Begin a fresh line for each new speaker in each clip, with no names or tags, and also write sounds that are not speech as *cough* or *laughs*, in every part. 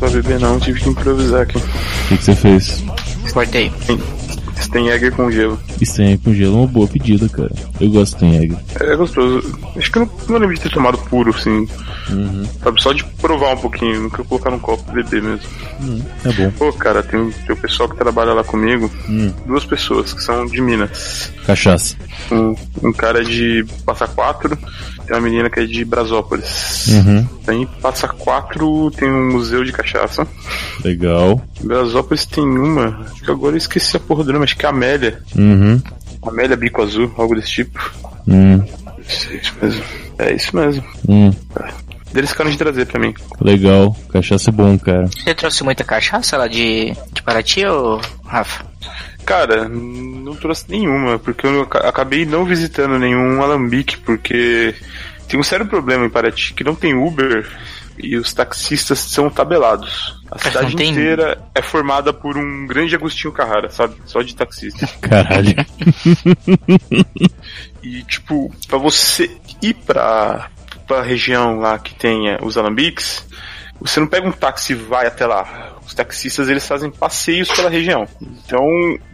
É, beber não, tive que improvisar aqui.
O que, que você fez?
Cortei.
Stenegger com gelo.
Stanha com gelo é uma boa pedida, cara. Eu gosto de Stanha.
É gostoso. Acho que eu não, não lembro de ter tomado puro, assim.
Uhum.
Sabe, só de provar um pouquinho, nunca colocar num copo e beber mesmo.
É bom.
Pô, cara, tem, tem o pessoal que trabalha lá comigo,
Hum.
duas pessoas que são de Minas.
Cachaça.
Um, um cara é de Passa Quatro, tem uma menina que é de Brasópolis.
Uhum.
Tem Passa Quatro, tem um museu de cachaça.
Legal.
Em Brasópolis tem uma, acho que agora eu esqueci a porra do nome, acho que é Amélia.
Uhum.
Amélia Bico Azul, algo desse tipo.
Hum.
Isso, é isso mesmo. É isso mesmo.
Hum.
Eles ficaram de trazer pra mim.
Legal. Cachaça é bom, cara.
Você trouxe muita cachaça lá de, de Paraty ou Rafa?
Cara, não trouxe nenhuma, porque eu aca- acabei não visitando nenhum alambique, porque tem um sério problema em Paraty, que não tem Uber e os taxistas são tabelados. A
Cara,
cidade
não tem-
inteira é formada por um grande Agostinho Carrara, sabe? Só de taxista.
Caralho.
E, tipo, pra você ir pra, pra região lá que tenha os alambiques, você não pega um táxi e vai até lá. Os taxistas, eles fazem passeios pela região. Então,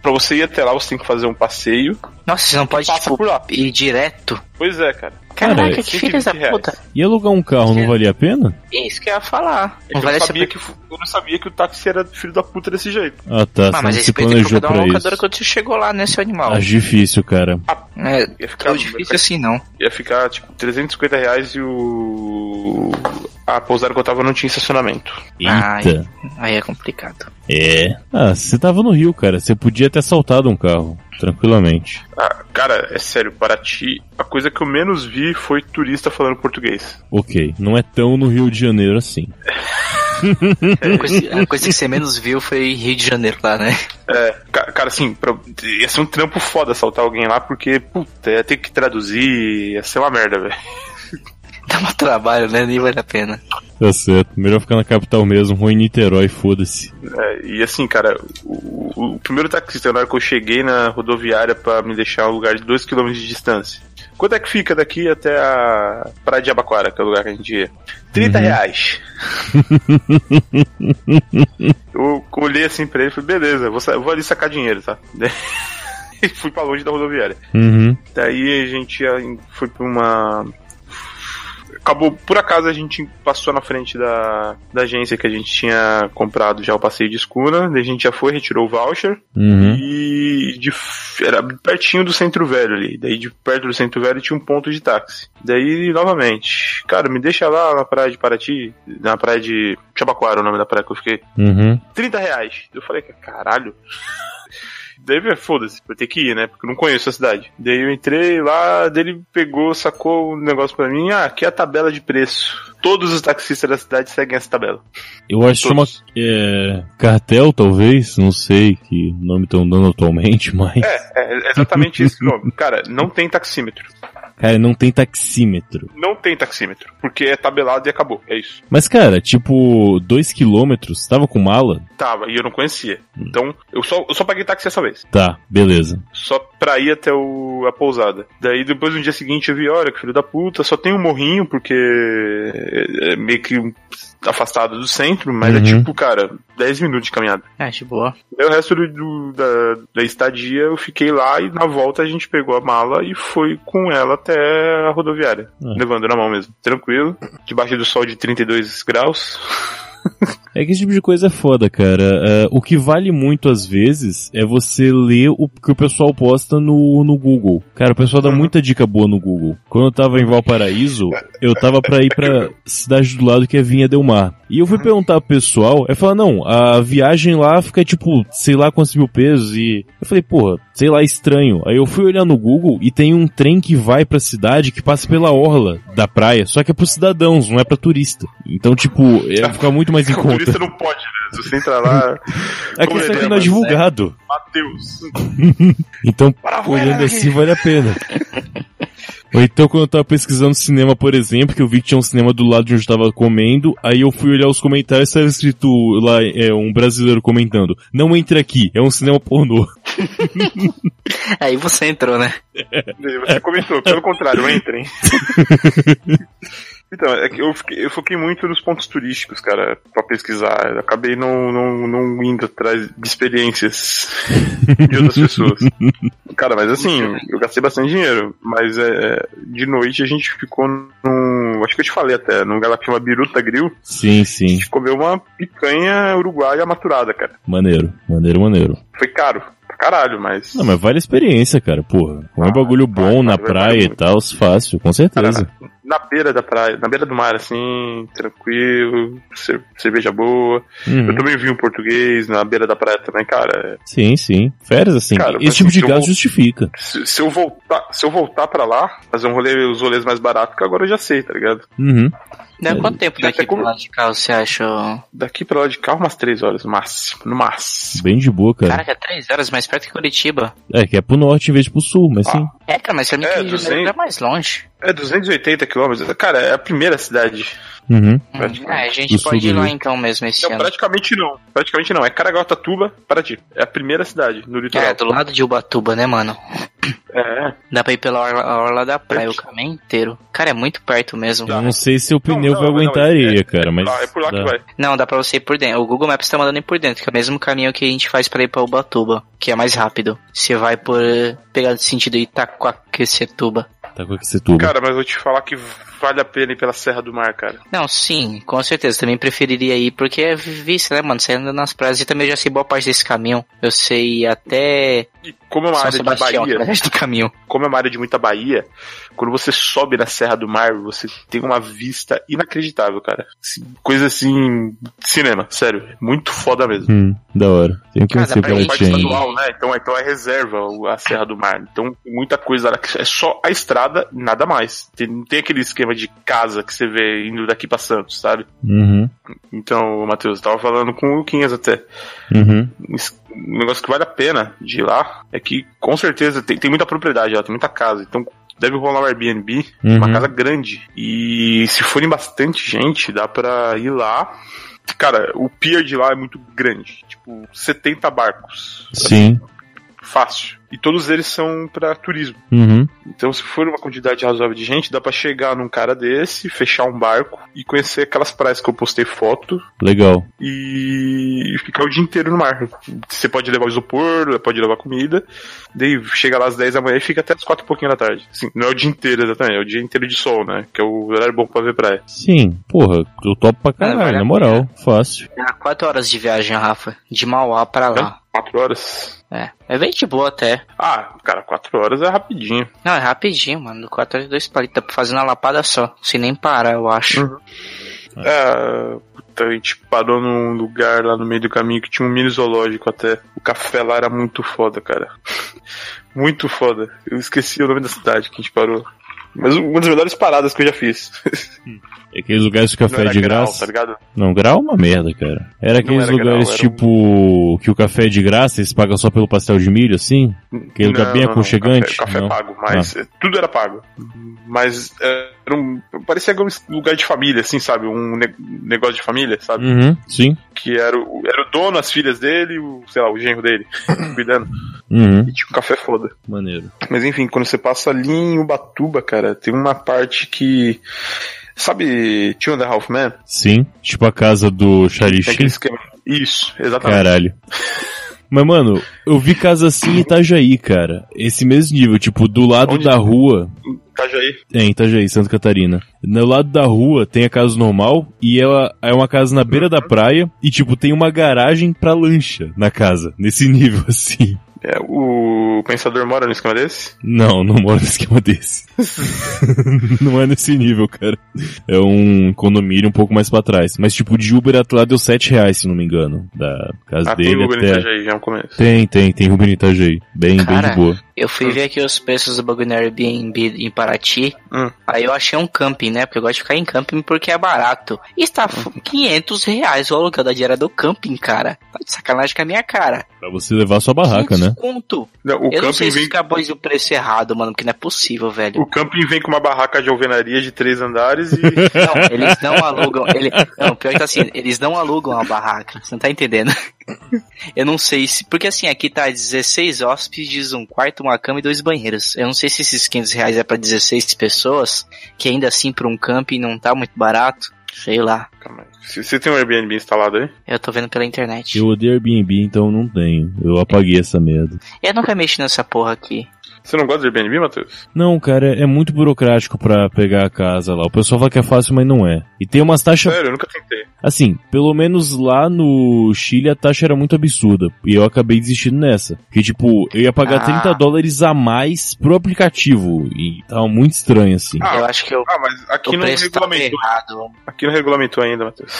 pra você ir até lá, você tem que fazer um passeio.
Nossa, você não pode,
Passa
tipo,
por lá.
ir direto?
Pois é, cara.
Caraca, que
120
filha da
reais.
puta.
E alugar um carro não valia a pena?
É Isso que eu ia falar.
É que
Não
eu,
vale
não
essa
sabia que, fu- eu não sabia que o táxi era filho da puta desse jeito.
Ah, tá. Você
Ah, mas
não se
esse peito que
planejou
eu dar uma
pra
locadora
isso.
quando você chegou lá, né, seu animal?
Acho difícil, cara.
É,
Ia ficar,
tão difícil assim não.
ia ficar tipo, 350 reais e o... A pousada que eu tava não tinha estacionamento.
Eita.
Aí é complicado.
É. Ah, você tava no Rio, cara. Você podia ter assaltado um carro. Tranquilamente.
Ah, cara, é sério, Paraty, a coisa que eu menos vi foi turista falando português.
Ok. Não é tão no Rio de Janeiro assim.
A coisa, a coisa que você menos viu foi Rio de Janeiro lá, né? *laughs*
É, ca- cara, assim, pra, ia ser um trampo foda assaltar alguém lá, porque, puta, ia ter que traduzir, ia ser uma merda, velho.
Dá um trabalho, né? Nem vale a pena.
Tá certo. Melhor ficar na capital mesmo. Ruim em Niterói, foda-se.
É, e assim, cara, o, o- o primeiro taxista, na hora que eu cheguei na rodoviária pra me deixar um lugar de 2km de distância. Quanto é que fica daqui até a Praia de Abaquara, que é o lugar que a gente ia? 30 reais. eu olhei assim pra ele e falei, beleza, vou, sa- vou ali sacar dinheiro, tá? *laughs* e fui pra longe da rodoviária.
Uhum.
Daí a gente ia em- foi pra uma. Acabou, por acaso a gente passou na frente da, da agência que a gente tinha comprado já o passeio de escuna, daí a gente já foi, retirou o voucher
Uhum.
e de f- era pertinho do centro velho ali. Daí de perto do centro velho tinha um ponto de táxi. Daí novamente, cara, me deixa lá na praia de Paraty, na praia de Chabaquara, o nome da praia que eu fiquei.
Uhum.
30 reais. Eu falei, caralho. Daí, velho, foda-se, vou ter que ir, né? Porque eu não conheço a cidade. Daí eu entrei lá, daí ele pegou, sacou um negócio pra mim. Ah, aqui é a tabela de preço. Todos os taxistas da cidade seguem essa tabela.
Eu acho que chama
Todos.
é, cartel, talvez, não sei que nome estão dando atualmente, *laughs* mas.
É, é exatamente esse nome. Cara, não tem taxímetro.
Cara, não tem taxímetro.
Não tem taxímetro. Porque é tabelado e acabou. É isso.
Mas, cara, tipo, dois quilômetros, tava com mala?
Tava, e eu não conhecia. Então, eu só, eu só paguei táxi essa vez.
Tá, beleza.
Só pra ir até o, a pousada. Daí depois no dia seguinte eu vi, olha, que filho da puta, só tem um morrinho, porque é é meio que um- afastado do centro, mas é
Uhum.
tipo, cara, 10 minutos de caminhada.
É, de boa.
Daí o resto do, do- da, da estadia eu fiquei lá e na volta a gente pegou a mala e foi com ela até a rodoviária,
Ah.
levando na mão mesmo. Tranquilo, debaixo do sol de 32 graus. *laughs*
É que esse tipo de coisa é foda, cara. É, o que vale muito às vezes é você ler o que o pessoal posta no, no Google. Cara, o pessoal dá
Uhum.
muita dica boa no Google. Quando eu tava em Valparaíso, eu tava pra ir pra cidade do lado que é Vinha Del Mar. E eu fui perguntar pro pessoal, aí falar não, a viagem lá fica tipo, sei lá quantos mil pesos e... Eu falei, porra, sei lá, estranho. Aí eu fui olhar no Google e tem um trem que vai pra cidade que passa pela orla da praia, só que é pros cidadãos, não é pra turista. Então, tipo, é ficar muito mais em
*laughs* O
conta.
turista não pode, né? Se você entrar
*laughs*
lá,
A
Como
questão
ele
é que
é
não é
mais
divulgado.
Matheus.
Então,
Para fora
olhando
daqui.
assim, vale a
*laughs*
pena. Ou então, quando eu tava pesquisando cinema, por exemplo, que eu vi que tinha um cinema do lado de onde eu tava comendo, aí eu fui olhar os comentários e tava escrito lá, é, um brasileiro comentando, não entre aqui, é um cinema pornô.
Aí você entrou, né?
*laughs*
Você comentou, pelo contrário, entrem. Então, é que eu, fiquei, eu foquei muito nos pontos turísticos, cara, pra pesquisar. Eu acabei não, não, não indo atrás de experiências de outras pessoas. Cara, mas assim, eu gastei bastante dinheiro, mas é, de noite a gente ficou num. Acho que eu te falei até, num lugar que chama Biruta Grill.
Sim,
A
sim.
gente comeu uma picanha uruguaia maturada, cara.
Maneiro, maneiro, maneiro.
Foi caro pra caralho, mas.
Não, mas vale a experiência, cara, porra. Comer
Ah,
bagulho
vai,
bom na
vai, vai,
praia
vai.
e tal, fácil, com certeza.
Na beira da praia, na beira do mar, assim, tranquilo, cer- cerveja boa.
Uhum.
Eu também vi um português na beira da praia também, cara.
Sim, sim. Férias, assim.
Cara, mas
esse tipo de
eu um
gasto
vou-
justifica.
Se, se eu voltar, se eu voltar para lá, fazer um rolê, os rolês mais baratos, que agora eu já sei, tá ligado?
Uhum.
Né, quanto tempo
Já
daqui
tem
pro
como-
lado de carro você acha? ó?
Daqui pra lá de carro, umas três horas, no máximo, no máximo.
Bem de boa, cara.
Caraca, três horas mais perto que Curitiba.
É, que é pro norte em vez de pro sul, mas
Ah.
sim.
É, cara, mas pra mim
É,
que Rio de Janeiro
200.
é mais longe.
É 280 quilômetros. Cara, é a primeira cidade.
Uhum.
Hum, ah, a gente
Do sul
pode ir
do
lá
Rio.
então mesmo esse
Não,
ano.
praticamente não. Praticamente não. É Caraguatatuba, Paraty. É a primeira cidade no litoral.
É, do lado de Ubatuba, né, mano?
É,
Dá pra ir pela orla, a orla da praia, o caminho inteiro. Cara, é muito perto mesmo.
Eu não sei se o pneu
Tá. não,
vai
não,
aguentar
é-
areia, cara, mas.
lá, é por lá
dá.
que vai.
Não, dá pra você ir por dentro. O Google Maps tá mandando ir por dentro, que é o mesmo caminho que a gente faz pra ir pra Ubatuba, que é mais rápido. Você vai por. pegar no sentido Itaquaquecetuba.
Tá com esse tubo.
Cara, mas eu vou te falar que vale a pena ir pela Serra do Mar, cara.
Não, sim, com certeza. Também preferiria ir, porque é vista, né, mano? Você anda nas praias e também eu já sei boa parte desse caminho. Eu sei até.
E como é uma
São
área de
Sebastião,
Bahia,
*laughs* através do caminho.
como é uma área de muita Bahia, quando você sobe na Serra do Mar, você tem uma vista inacreditável, cara. Coisa assim, cinema, sério. Muito foda mesmo.
Hum, da hora. Tem que
Cara,
conhecer
pra mim,
Parte
Sim.
Paraty ainda.
estadual, né? Então, então é reserva o- a Serra do Mar. Então, muita coisa. lá que É só a estrada, nada mais. Tem- Não tem aquele esquema de casa que você vê indo daqui pra Santos, sabe?
Uhum.
Então, Matheus, eu tava falando com o Luquinhas até.
Uhum.
um negócio que vale a pena de ir lá é que com certeza tem, tem muita propriedade lá, tem muita casa, então deve rolar um Airbnb,
Uhum.
uma casa grande. E se forem bastante gente, dá pra ir lá. Cara, o pier de lá é muito grande, tipo 70 barcos,
Sim.
fácil. E todos eles são pra turismo.
Uhum.
Então, se for uma quantidade razoável de gente, dá pra chegar num cara desse, fechar um barco e conhecer aquelas praias que eu postei foto
Legal.
e ficar o dia inteiro no mar. Você pode levar o isopor, pode levar comida, daí chega lá às 10 da manhã e fica até às 4 e pouquinho da tarde. Assim, não é o dia inteiro exatamente, é o dia inteiro de sol, né? Que é o horário bom pra ver praia.
Sim. Porra, eu topo pra caralho,
vale a
na moral. Fácil.
Dá Ah, quatro horas de viagem, Rafa. De Mauá pra lá.
4 horas.
É. É bem de boa até.
Ah, cara, 4 horas é rapidinho.
Não, é rapidinho, mano. Quatro horas e dois palitos. Dá pra fazer uma lapada só. Sem nem parar, eu acho.
Hum. É, puta, a gente parou num lugar lá no meio do caminho que tinha um mini zoológico até. O café lá era muito foda, cara. *laughs* muito foda. Eu esqueci o nome da cidade que a gente parou. Mas uma das melhores paradas que eu já fiz.
E É Aqueles lugares de café
Não era
de
grau,
graça.
tá ligado?
Não, grau é uma merda, cara. Era aqueles
era grau,
lugares
era um-
tipo que o café é de graça, eles pagam só pelo pastel de milho, assim? Aquele lugar bem aconchegante? né? Ah.
Café, café
Não.
pago, mas eh, tudo era pago. Mas eh, era um, parecia um lugar de família, assim, sabe? Um ne- negócio de família, sabe?
Uhum, sim.
Que era o, era o dono, as filhas dele, o, sei lá, o genro
*coughs*
dele, cuidando.
Uhum.
E tinha um café foda.
Maneiro.
Mas enfim, quando você passa ali em Ubatuba, cara, tem uma parte que. Sabe, Tio and the Half Man?
Sim. Tipo a casa do Charlie
Tem
Sheen.
aquele esquema. Isso, exatamente.
Caralho. Mas, mano, eu vi casa assim em Itajaí, cara. Esse mesmo nível, tipo, do lado
Onde?
da rua.
Itajaí.
É, em Itajaí, Santa Catarina. No lado da rua tem a casa normal e ela é uma casa na beira da praia e, tipo, tem uma garagem pra lancha na casa. Nesse nível, *laughs* assim.
É, o pensador mora no esquema desse?
Não, não moro num esquema desse. *laughs* não é nesse nível, cara. É um condomínio um pouco mais pra trás. Mas, tipo, de Uber até lá deu 7 reais, se não me engano. Da casa
Ah, tem
dele
Uber em
até...
Itajaí, já é um começo.
Tem, tem, tem Uber em Itajaí. Bem, bem de
Cara,
boa.
Eu fui
Hum.
ver aqui os preços do bagulho no Airbnb em Paraty.
Hum.
Aí eu achei um camping, né? Porque eu gosto de ficar em camping porque é barato. E
Hum.
está f- 500 reais o aluguel da diária do camping, cara. Tá de sacanagem com a minha cara.
Pra você levar sua barraca,
500
né?
Conto.
Não, o
eu
camping
não sei
vem
se acabou o preço errado, mano, porque não é possível, velho.
O camping vem com uma barraca de alvenaria de três andares e.
*laughs* Não, eles não alugam. Ele, não, pior que tá assim, eles não alugam a barraca. Você não tá entendendo. Eu não sei se. Porque assim, aqui tá 16 hóspedes, um quarto, uma cama e dois banheiros. Eu não sei se esses 500 reais é pra 16 pessoas, que ainda assim pra um camping não tá muito barato. Sei lá.
Calma aí. Você você tem um Airbnb instalado aí?
Eu tô vendo pela internet.
Eu odeio Airbnb, então não tenho. Eu apaguei essa merda.
Eu nunca mexi nessa porra aqui.
Você não gosta de Airbnb, Matheus?
Não, cara, é muito burocrático pra pegar a casa lá. O pessoal fala que é fácil, mas não é. E tem umas taxas.
Sério, eu nunca tentei.
Assim, pelo menos lá no Chile a taxa era muito absurda. E eu acabei desistindo nessa. Que tipo, eu ia pagar
Ah.
30 dólares a mais pro aplicativo. E tava muito estranho, assim.
Ah,
eu acho que eu,
Ah, mas aqui
o
não
preço tá tava
regulamentou.
errado.
Aqui não regulamentou ainda, Matheus.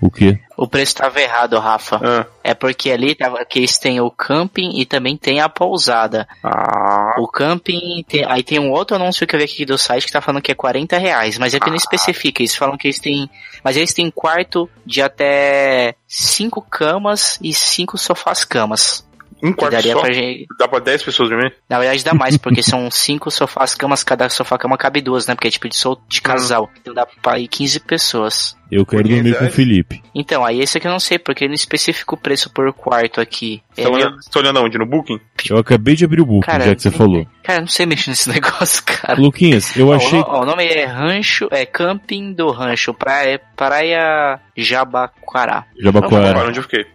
O quê?
O preço tava errado, Rafa.
Ah.
É porque ali tava, que eles têm o camping e também tem a pousada.
Ah,
O camping, tem- aí tem um outro anúncio que eu vi aqui do site que tá falando que é 40 reais, mas
Ah.
é que não especifica, eles falam que eles têm, mas eles têm quarto de até cinco camas e cinco sofás camas.
um
Que
quarto
daria
só?
pra gente,
Dá pra 10 pessoas dormir?
na verdade dá mais, porque são cinco sofás camas, cada sofá cama cabe duas, né? Porque é tipo de sol
Hum.
de casal, então dá pra ir 15 pessoas.
Eu quero
Porque
dormir com o
deve-
Felipe.
Então, aí esse aqui eu não sei, porque ele não especifica o preço por quarto aqui.
Você
Ele-
tá olhando, você tá olhando aonde? No Booking?
Eu acabei de abrir o book,
Cara,
já que você
tem-
falou.
Cara, eu não sei mexer nesse *laughs* negócio, cara.
Luquinhas, eu
Ó,
achei.
O, no- ó, o nome é Rancho, é Camping do Rancho, praia, praia Jabaquara.
Jabaquara.
Onde eu fiquei?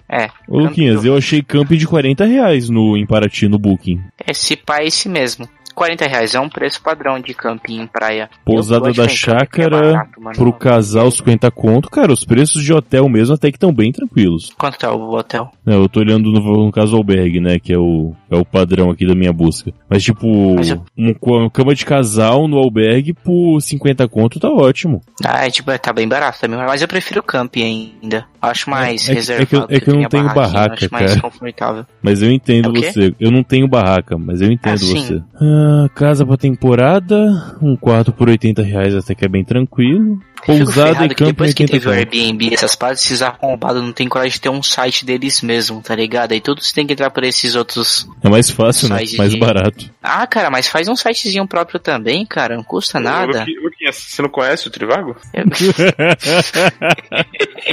Ô, Luquinhas, eu achei camping de 40 reais no, em Paraty, no Booking.
Esse pá é esse mesmo. 40 reais é um preço padrão de camping em praia.
Pousada
Eu gosto
da
de camping, que é
chácara,
barato, mano.
Pro casal, 50 conto. Cara, os preços de hotel mesmo até que estão bem tranquilos.
Quanto tá o hotel?
É, eu tô olhando no, no caso albergue, né? Que é o, é o padrão aqui da minha busca. Mas, tipo,
Mas eu-
um- uma cama de casal no albergue por 50 conto tá ótimo.
Ah, é, tipo, é, tá bem barato também, mas eu prefiro camping ainda. Acho mais
é que- é que
reservado.
eu- é que eu
tem
não
a
tenho
barraquinha,
barraca,
Acho mais
cara.
confortável.
Mas eu
É
entendo
o quê?
você. Eu não tenho barraca, mas eu entendo
Ah, sim.
você. Ah, casa pra temporada, um quarto por 80 reais até que é bem tranquilo. Pousada
Ferrado
e
que
camping
depois que
80
teve o
conto.
Airbnb, essas partes, esses arrombados não tem coragem de ter um site deles mesmo, tá ligado? Aí todos têm que entrar por esses outros.
É mais fácil, né?
Size
Mais
de-
barato.
Ah, cara, mas faz um sitezinho próprio também, cara. Não custa
Ô,
nada.
Luqui- Luquinhas, você não conhece o Trivago?
*laughs*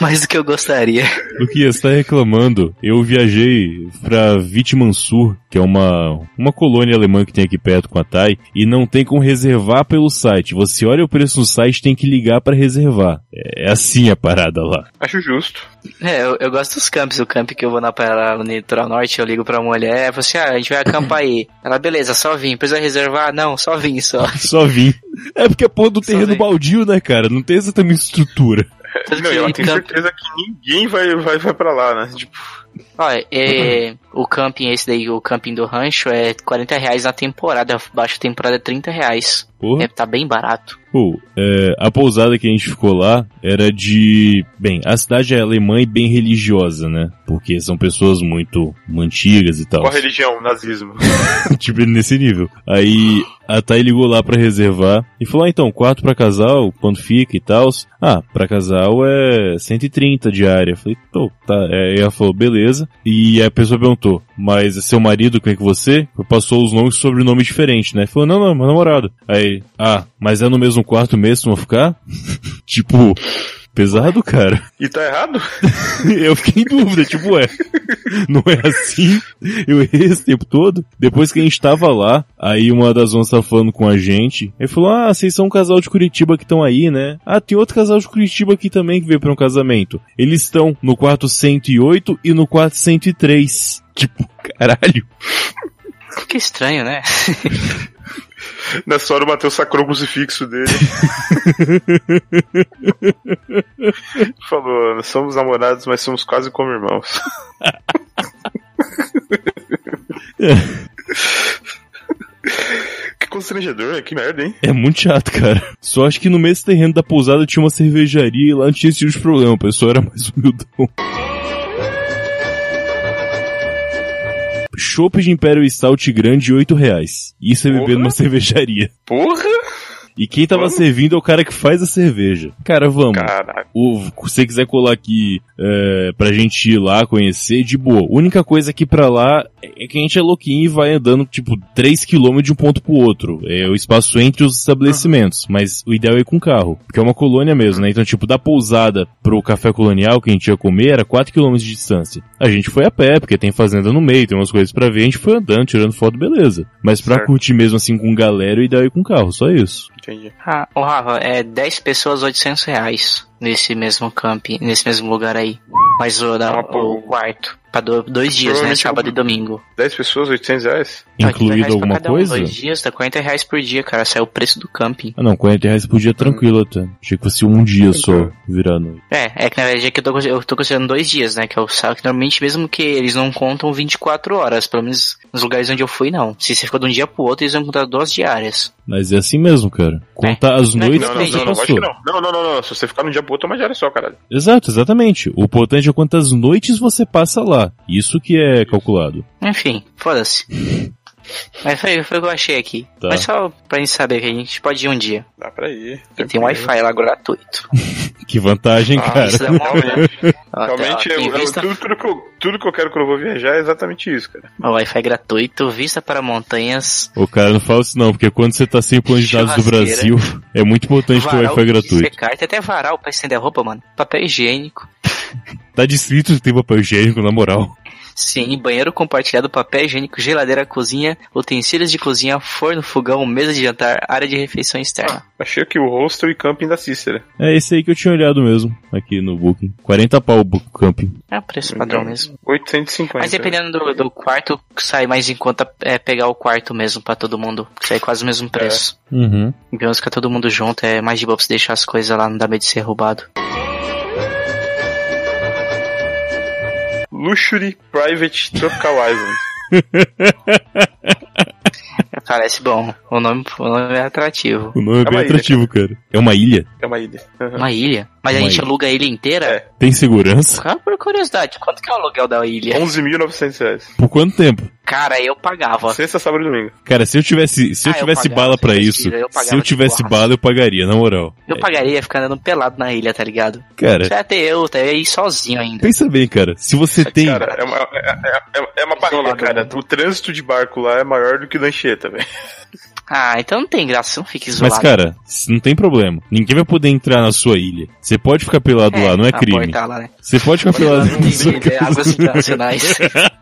Mais do que eu gostaria.
Luquinhas, tá reclamando. Eu viajei pra Vitmansur, que é uma, uma colônia alemã que tem aqui perto com a Thai, e não tem como reservar pelo site. Você olha o preço no site, tem que ligar pra reservar. É, é assim a parada lá.
Acho justo.
É, eu, eu gosto dos campos. O camp que eu vou na Pará, no Litoral Norte, eu ligo pra mulher, eu falo assim, ah, a gente vai acampar aí. Ela, beleza, só vim. Precisa reservar? Não, só vim, *laughs* só.
Só vim. É porque é porra do
Só
terreno
vim.
baldio, né, cara? Não tem exatamente estrutura.
Tanto
Não,
que
eu tenho
camp-
certeza que ninguém vai, vai, vai pra lá, né? Tipo,
Olha, é, o camping esse daí, o camping do rancho, é 40 reais na temporada, baixa temporada é 30 reais.
Porra.
É, tá bem barato.
Pô, é, a pousada que a gente ficou lá era de. Bem, a cidade é alemã e bem religiosa, né? Porque são pessoas muito, muito antigas e tal.
qual a religião? Nazismo.
*laughs* tipo, nesse nível. Aí a Thay ligou lá pra reservar e falou: ah, então, quarto pra casal, quando fica e tal? Ah, pra casal é 130 diária. Eu Falei, pô, tá. É, e ela falou, beleza. E a pessoa perguntou, mas seu marido, como é que você? Passou os nomes e sobrenome diferente, né? Falou, não, não, meu namorado. Aí, ah, mas é no mesmo quarto mesmo, vão ficar? *laughs* tipo, pesado, cara.
E tá errado?
*laughs* Eu fiquei em dúvida, tipo, ué, não é assim? Eu errei esse tempo todo? Depois que a gente tava lá, aí uma das onças tava falando com a gente, ele falou, ah, vocês são um casal de Curitiba que estão aí, né? Ah, tem outro casal de Curitiba aqui também que veio pra um casamento. Eles estão no quarto 108 e no quarto 103. *laughs* Tipo, caralho.
Que estranho, né?
Nessa hora o Matheus sacrou o crucifixo dele. Falou, nós somos namorados, mas somos quase como irmãos. que constrangedor, né? que merda, hein?
É muito chato, cara. Só acho que no mesmo terreno da pousada tinha uma cervejaria e lá não tinha esse tipo de problema. O pessoal era mais humildão. Chopp de Imperial Stout grande, 8 reais. Isso é beber
Porra.
numa *laughs* cervejaria.
Porra!
E quem tava
Vamos?
servindo é o cara que faz a cerveja. Cara, vamos.
Caraca.
O, se você quiser colar aqui é, pra gente ir lá conhecer, de boa. Única coisa aqui pra lá é que a gente é louquinho e vai andando, tipo, 3km de um ponto pro outro. É o espaço entre os estabelecimentos. Mas o ideal é ir com carro. Porque é uma colônia mesmo, né? Então, tipo, da pousada pro café colonial que a gente ia comer era 4km de distância. A gente foi a pé, porque tem fazenda no meio, tem umas coisas pra ver. A gente foi andando, tirando foto, beleza. Mas pra
Certo.
curtir mesmo assim com galera, o ideal é ir com carro. Só isso.
Entendi.
Ah, ô Rafa, é 10 pessoas, 800 reais nesse mesmo camping, nesse mesmo lugar aí. Mas o, da,
Ah, pô.
o quarto. Pra do- dois dias, né?
Provavelmente
Sábado e domingo.
10 pessoas, 800 reais?
Tá,
Ah, 40 reais
Incluído
pra
alguma
cada um,
coisa?
Dois dias, dá 40 reais por dia, cara. Saiu o preço do camping.
Ah não, 40 reais por dia tranquilo até. Achei que fosse um dia só virar a noite.
É, é que na verdade é que eu tô, consi- eu tô considerando dois dias, né? Que eu saio que normalmente, mesmo que eles não contam 24 horas, pelo menos nos lugares onde eu fui, não. Se você ficou de um dia pro outro, eles vão contar duas diárias.
Mas é assim mesmo, cara. Conta as
Não é que
Não,
noites
não,
que
Entendi.
você
não, não, acho
passou.
que não. Não, não, não, não. Se você ficar num dia pro outro, é uma diária só, caralho.
Exato, exatamente. O importante é quantas noites você passa lá. Isso que é calculado.
Enfim, foda-se. Mas foi, foi o que eu achei aqui.
Tá.
Mas só pra gente saber que a gente pode ir um dia.
Dá pra ir.
E tem um Wi-Fi lá gratuito.
Que vantagem,
Ah,
*laughs* cara.
*laughs*
Isso dá uma...
Realmente,
Ó,
realmente é
tá, ó,
eu-
tem
eu-
vista...
tudo, tudo que eu, tudo que eu quero quando eu vou viajar é exatamente isso, cara.
ó, Wi-Fi gratuito, vista para montanhas.
O cara não fala isso não, porque quando você tá sem plano de dados do Brasil,
Churrasqueira.
é muito importante que o
varal
Wi-Fi é
de
gratuito.
secar, Tem até varal pra estender a roupa, mano. Papel higiênico.
é.
Tá descrito que tem papel higiênico, na moral.
Sim, banheiro compartilhado, papel higiênico, geladeira, cozinha, utensílios de cozinha, forno, fogão, mesa de jantar, área de refeição externa.
Achei que o hostel e camping da Cícera.
É esse aí que eu tinha olhado mesmo, aqui no Booking. 40 pau o Booking Camping.
É o preço padrão
Então,
mesmo.
850.
Mas dependendo do, do quarto, sai mais em conta é pegar o quarto mesmo pra todo mundo. que Sai quase o mesmo preço.
Uhum.
Pelo menos fica todo mundo junto, é mais de boa pra você deixar as coisas lá, não dá medo de ser roubado.
Luxury Private Tropical Island.
Parece bom. O nome, o nome é atrativo.
O nome é
É
bem
uma ilha,
atrativo, cara. É uma ilha?
É uma ilha. Uhum.
Uma ilha. Mas a
Uma
gente
ilha.
aluga a ilha inteira?
É.
Tem segurança?
Cara, por curiosidade, quanto que é o aluguel da ilha?
11.900 reais.
Por quanto tempo?
Cara, eu pagava.
Sexta, sábado e domingo.
Cara, se eu tivesse, se eu
Ah, eu
tivesse
pagava,
bala pra
mentira,
isso,
eu pagava
se eu
de
tivesse
borracha.
bala, eu pagaria, na moral.
Eu pagaria ficar andando pelado na ilha, tá ligado?
Cara,
Já até tá? eu, até eu ia ir sozinho ainda.
pensa bem, cara. Se você tem.
Cara, é uma, é, é- é- é uma parada,
Isolado,
cara.
né?
O trânsito de barco lá é maior do que lancheta, velho. *laughs*
Ah, então não tem graça, não fica isolado.
mas, cara, s- não tem problema. Ninguém vai poder entrar na sua ilha. Você pode ficar pelado lá, não é
na
crime.
porta lá, né?
Você pode ficar pelado
Não
na sua
tem é,
casa.
águas internacionais. *laughs*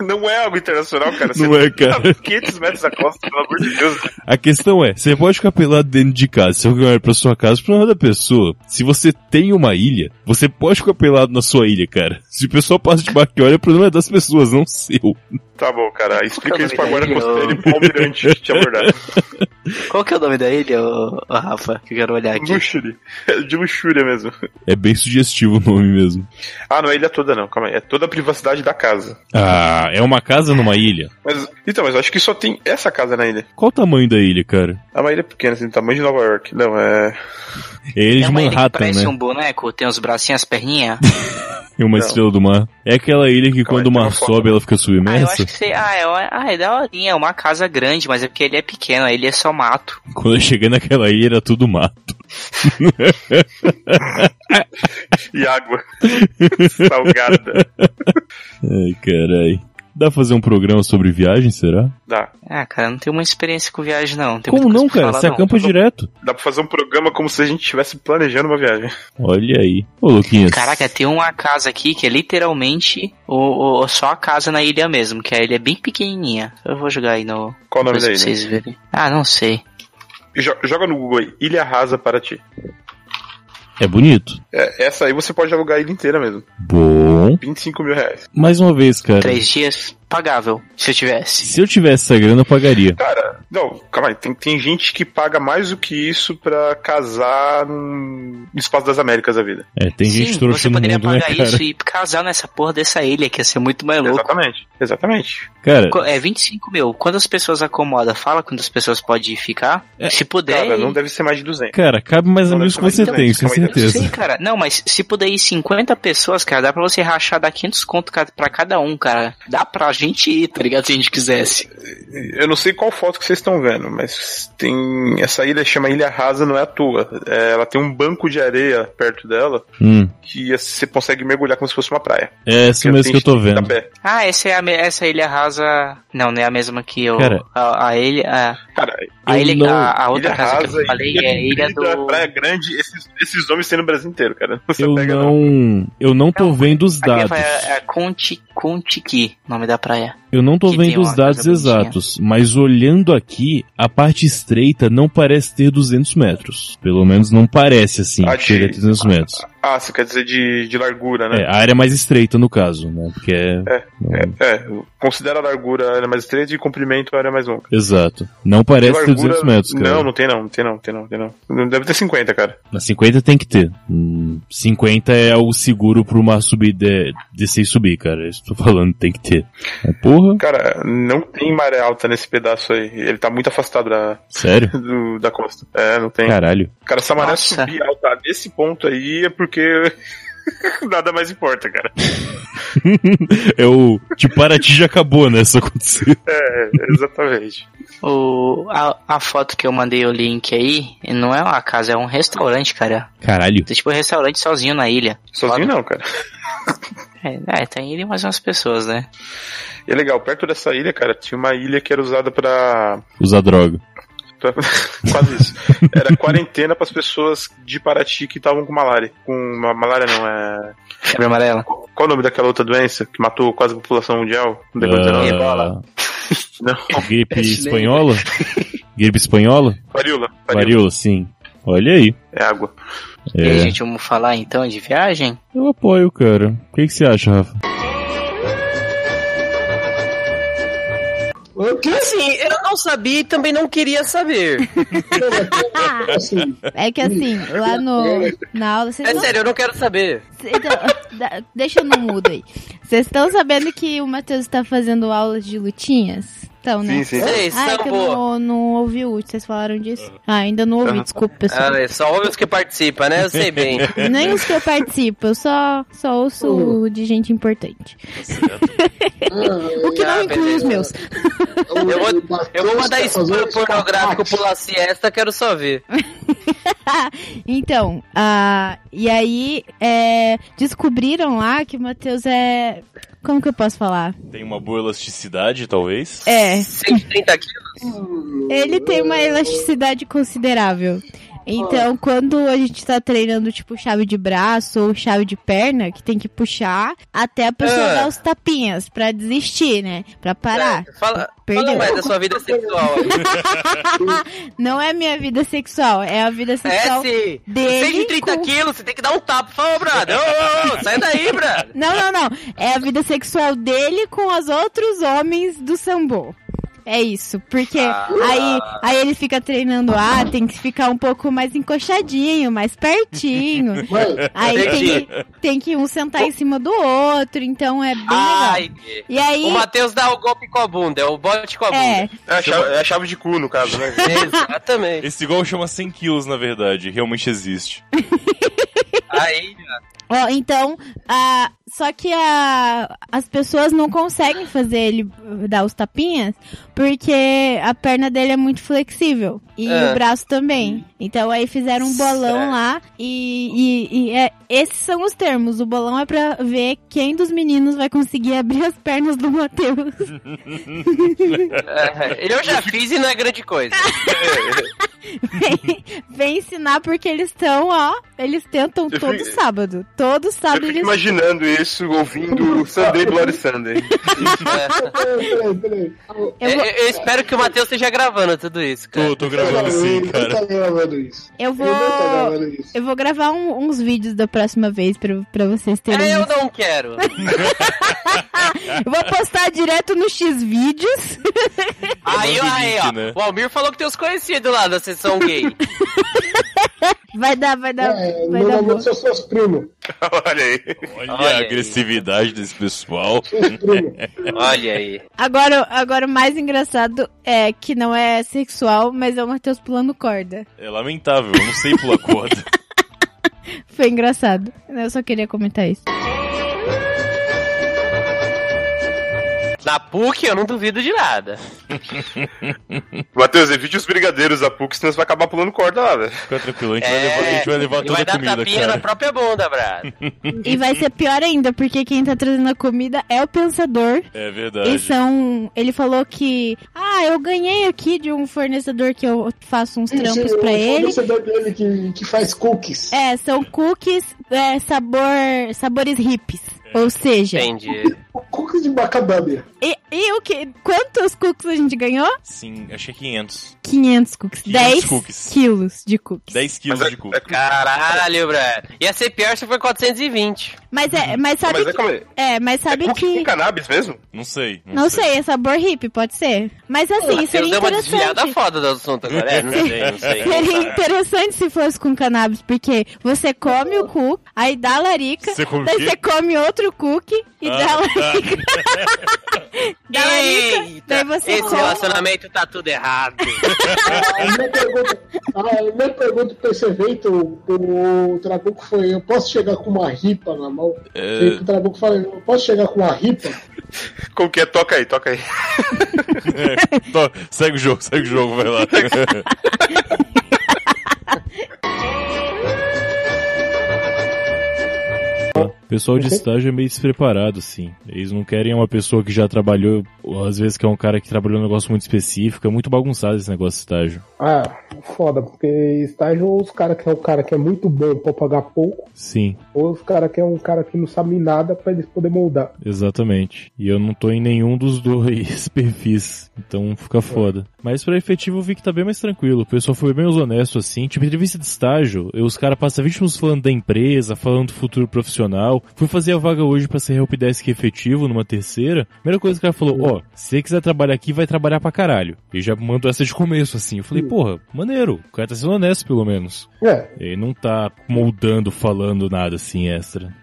Não é algo internacional, cara. Você
Não é,
tá
cara.
500 metros da costa, pelo amor de Deus.
*laughs* A questão é, você pode ficar pelado dentro de casa. Se alguém olhar pra sua casa, o problema da pessoa. Se você tem uma ilha, você pode ficar pelado na sua ilha, cara. Se o pessoal passa de barco e olha, o problema é das pessoas, não seu.
Tá bom, cara. Explica
Qual
isso pra
que é o
guarda
nome da
costeira
ilha?
e pro almirante te
*laughs*
abordar.
Qual que é o nome da ilha, ô, ô, Rafa? Que eu quero olhar aqui.
Luxury. É de luxúria mesmo.
É bem sugestivo o nome mesmo.
Ah, não é ilha toda, não. Calma aí. É toda a privacidade da casa.
Ah, é uma casa numa ilha?
Mas, então, mas eu acho que só tem essa casa na ilha.
Qual o tamanho da ilha, cara?
É uma ilha pequena, assim, do tamanho de Nova York. Não, é. *laughs*
É ele
É
de
uma ilha que
Manhattan,
parece
né?
um boneco, tem os bracinhos, as perninhas.
E uma
Não.
estrela do mar. É aquela ilha que
Calma aí,
quando
tem
o mar
uma foto.
sobe ela fica
Ah, eu
submersa.
acho que sei. Ah, é, ah, é daorinha, é uma casa grande, mas é porque ele é pequeno, ele é só mato.
Quando eu cheguei naquela ilha era tudo mato.
E água. *laughs* Salgada.
Ai, carai. Dá pra fazer um programa sobre viagem, será?
Dá.
Ah, cara, não tenho uma experiência com viagem, não. Tem
Como
muita
não,
coisa pra
cara?
falar,
Você
não. Tá
acampa direto.
Dá pra fazer um programa como se a gente estivesse planejando uma viagem.
Olha aí. Ô, Luquinhas.
Caraca, tem uma casa aqui que é literalmente o, o- só a casa na ilha mesmo, que a ilha é bem pequenininha. Eu vou jogar aí no.
Qual o nome
coisa
da
pra
ilha?
vocês verem. Ah, não sei.
Jo- Joga no Google aí. Ilha Rasa para ti.
É bonito.
É, essa aí você pode alugar a ilha inteira mesmo.
Bom.
25 mil reais.
Mais uma vez, cara.
Três dias? Pagável, se eu tivesse.
Se eu tivesse essa grana, eu pagaria.
Cara, não, calma aí. Tem, tem gente que paga mais do que isso pra casar num espaço das Américas da vida.
É, tem
Sim,
gente trouxa
você
no
poderia
mundo, né,
pagar
cara?
isso e casar nessa porra dessa ilha, que ia ser muito mais É louco.
Exatamente. Exatamente.
Cara,
Co- É 25 mil. Quantas pessoas acomoda? Fala quantas pessoas pode ficar.
É,
se puder.
Cara,
ir-
não deve ser mais de 200.
cara, cabe mais
Não,
amigos que
deve ser
você
mais
tem,
interessante,
com
calma aí,
Eu
deve
certeza.
sei, cara. Não, mas se puder ir 50 pessoas, cara, dá pra você rachar dar 500 conto ca- pra cada um, cara. Dá pra gente ir, tá ligado? Se a gente quisesse.
Eu não sei qual foto que vocês estão vendo, mas tem. Essa ilha chama Ilha Rasa, não é à toa. É, ela tem um banco de areia perto dela
Hum.
que é, você consegue mergulhar como se fosse uma praia.
É essa mesmo que eu tô vendo.
Pé.
Ah, essa, é a, me- essa ilha rasa. Não, não é a mesma que eu.
Cara.
a, a ilha. A,
Cara,
a,
Eu
ilha
não-
a, a outra
Ilha
casa que
Rasa,
eu falei é a ilha do.
Praia Grande, esses, esses nomes tem no Brasil inteiro, cara. *laughs* Não se
Eu
pega,
não, eu não tô vendo os
Aqui
dados.
foi a, a Conti, Contiki, nome da praia.
Eu não tô
que tem
vendo os
uma
dados
coisa bonitinha.
exatos, mas olhando aqui, a parte estreita não parece ter 200 metros. Pelo menos não parece assim,
Ah,
chega a
de-
300 metros.
Ah, você quer dizer de, de largura,
É,
né?
a área mais estreita no caso, né? Porque é...
É. considera a largura a área mais estreita e comprimento a área mais longa.
Exato. Não
De
parece ter
largura,
200 metros, cara.
Não, não tem não, não tem não, tem não, tem não. Não Deve ter 50, cara.
Na 50 tem que ter. Hum, 50 é o seguro pro mar subir, de, descer e subir, cara. Isso que eu tô falando, tem que ter. Mas, porra,
Cara, não tem maré alta nesse pedaço aí. Ele tá muito afastado da,
sério?
do- da costa. É, não tem.
Caralho.
Cara, essa maré
Nossa.
subir alta nesse ponto aí é porque *laughs* nada mais importa, cara.
É o. De Paraty já acabou, né? Isso aconteceu.
É, exatamente.
O, a, a foto que eu mandei o link aí não é uma casa, é um restaurante, cara.
Caralho.
Tem tipo um restaurante sozinho na ilha.
Sozinho não, cara.
É, é, tem ele e mais umas pessoas, né?
E é legal, perto dessa ilha, cara, tinha uma ilha que era usada pra.
Usar droga.
pra- quase isso. Era quarentena pras pessoas de Paraty que estavam com malária. Com ma- malária não, é.
Febre amarela.
Qual é o nome daquela outra doença que matou quase a população mundial? Não, lembro o nome.
Ah,
não.
gripe
Peste
espanhola? Gripe espanhola?
Varíola. Varíola.
Varíola, sim. Olha aí.
É água.
E aí,
É.
gente, vamos falar então de viagem?
Eu apoio, cara. O que, que você acha, Rafa?
Assim, eu não sabia e também não queria saber.
É que assim, lá no, na aula, vocês
É
não
sério, eu não quero saber.
Então, da- deixa eu no mudo aí. Vocês estão sabendo que o Matheus está fazendo aula de lutinhas? Então,
Sim,
né?
sim.
Sei,
Ah, é que eu
sambô.
não, não ouvi o último. Vocês falaram disso? Ah, ainda não ouvi,
Aham.
desculpa, pessoal.
Ah, é só ouve os que participam, né? Eu sei bem.
Nem os que eu participo, eu só, só ouço
Uhum.
o de gente importante. *laughs* O que não
Ah,
inclui os
beleza.
meus.
Eu vou- Eu vou mandar estudo pornográfico pular siesta, quero só ver.
Então, ah, e aí é, descobriram lá que o Matheus é. Como que eu posso falar?
Tem uma boa elasticidade, talvez?
É.
130 quilos?
Ele tem uma elasticidade considerável. Então, quando a gente tá treinando, tipo, chave de braço ou chave de perna, que tem que puxar, até a pessoa
Ah.
dar os tapinhas pra desistir, né? Pra parar.
Fala, fala
Perdeu.
mais da sua vida sexual. aí.
*laughs* Não é minha vida sexual, é a vida
É
sexual
sim.
dele.
130
com-
quilos, você tem que dar um tapa. Fala, brother. Ô, ô, ô, sai daí, brother.
Não, não, não. É a vida sexual dele com os outros homens do sambo. É isso, porque
Ah.
aí, aí ele fica treinando, ah, tem que ficar um pouco mais encoxadinho,
*laughs*
mais pertinho. Aí tem
Entendi.
que, tem que um sentar em cima do outro, então é bem legal.
Ai, que-
E aí,
o Matheus dá o golpe com a bunda, é o bote com a
é,
bunda.
É a, chave, é a chave de cu, no caso, né?
Exatamente.
Esse gol chama 100 quilos, na verdade. Realmente existe.
Aí,
ó, então, ah, só que a, as pessoas não conseguem fazer ele eh, dar os tapinhas, porque a perna dele é muito flexível, e
Ah.
o braço também. Então aí fizeram um bolão
Certo.
lá, e, e- e é- esses são os termos, o bolão é pra ver quem dos meninos vai conseguir abrir as pernas do Matheus.
é, eu já fiz e não é grande
*laughs*
coisa.
*laughs* vem, vem ensinar porque eles estão, ó, eles tentam
Eu
todo
fico-
sábado. Todo
Eu
sábado
fico
eles.
imaginando isso ouvindo o Sunday Bloody Sunday. *laughs*
É.
Peraí, peraí.
Eu,
Eu,
vou,
eu espero que o Matheus esteja gravando tudo isso, cara.
Tô, tô gravando sim, cara.
Ele não tá gravando isso.
eu
Ele não tá
vou.
gravando isso.
Eu vou gravar um- uns vídeos da próxima vez pra, pra vocês terem.
É, eu
isso.
não quero.
Eu vou postar direto no X vídeos.
Aí,
Manda o
aí,
link,
ó.
né?
O Almir falou que tem os conhecidos lá da sessão gay.
*laughs* Vai dar, vai dar.
É,
vai dar boa.
normalmente são seus primos.
Olha aí.
Olha,
Olha
a
aí.
agressividade desse pessoal.
Seus primos.
*laughs* Olha aí.
Agora, agora o mais engraçado é que não é sexual, mas é o Matheus pulando corda.
É lamentável, eu não sei pular corda.
Foi engraçado. Eu só queria comentar isso.
Na PUC eu não duvido de nada.
Matheus, evite os brigadeiros da PUC, senão você vai acabar pulando corda lá, velho.
Fica tranquilo, a gente,
É,
vai, levar, a gente vai levar
E
toda
vai
a
dar
comida,
tapinha na
cara.
própria bunda, *laughs* Brad.
E vai ser pior ainda, porque quem tá trazendo a comida é o pensador.
É
E
verdade.
são. Ele falou que. Ah, eu ganhei aqui de um fornecedor que eu faço uns trampos
Sim,
pra
o
ele.
fornecedor dele que, que faz cookies.
É, são cookies é, sabor. sabores hips. Ou seja,
Entendi.
O cookies de macadâmia.
e, e o que? Quantos cookies a gente ganhou?
Sim, achei 500.
500 cookies.
500
10
cookies.
quilos de cookies.
10 quilos
Mas é-
de cu.
é-
Caralho, Brad. Ia ser pior se foi 420.
Mas é, mas sabe
Mas é,
que.
como é,
É, mas sabe
é cookie
que.
com cannabis mesmo?
Não sei. Não,
Não sei, é sabor hippie, pode ser. Mas assim,
Matheus
seria
deu uma desviada
interessante.
foda do assunto agora. É, não sei, não sei.
Seria interessante se fosse com cannabis, porque você come o cu, aí dá larica,
Você come o
daí
quê?
você come outro cookie e
Ah,
dá
tá.
larica. dá larica,
Eita,
daí você
esse
come.
relacionamento tá tudo errado.
A minha pergunta, a minha pergunta pra esse evento, o Trabuco foi: eu posso chegar com uma ripa na mão? E o Trabuco falou: eu posso chegar com uma ripa?
Como que é? Toca aí, toca aí.
Tó, segue o jogo, segue o jogo, vai lá. O *laughs* pessoal de estágio é meio despreparado, assim. Eles não querem uma pessoa que já trabalhou, ou às vezes que é um cara que trabalhou um negócio muito específico. É muito bagunçado esse negócio de estágio.
Ah, foda, porque estágio ou os caras que é o cara que é muito bom pra pagar pouco,
Sim,
ou os caras que é um cara que não sabe nada pra eles poderem moldar.
exatamente. E eu não tô em nenhum dos dois *laughs* perfis, então fica foda. Mas pra efetivo eu vi que tá bem mais tranquilo. O pessoal foi bem mais honesto, assim. Tipo, entrevista de estágio, eu- os caras passam 20 minutos falando da empresa, falando do futuro profissional. Fui fazer a vaga hoje pra ser helpdesk efetivo numa terceira. Primeira coisa que o cara falou, ó, se você quiser trabalhar aqui, vai trabalhar pra caralho. E já mandou essa de começo, assim. Eu falei, porra, maneiro. O cara tá sendo honesto, pelo menos.
É,
Ele não tá moldando, falando nada, assim, extra.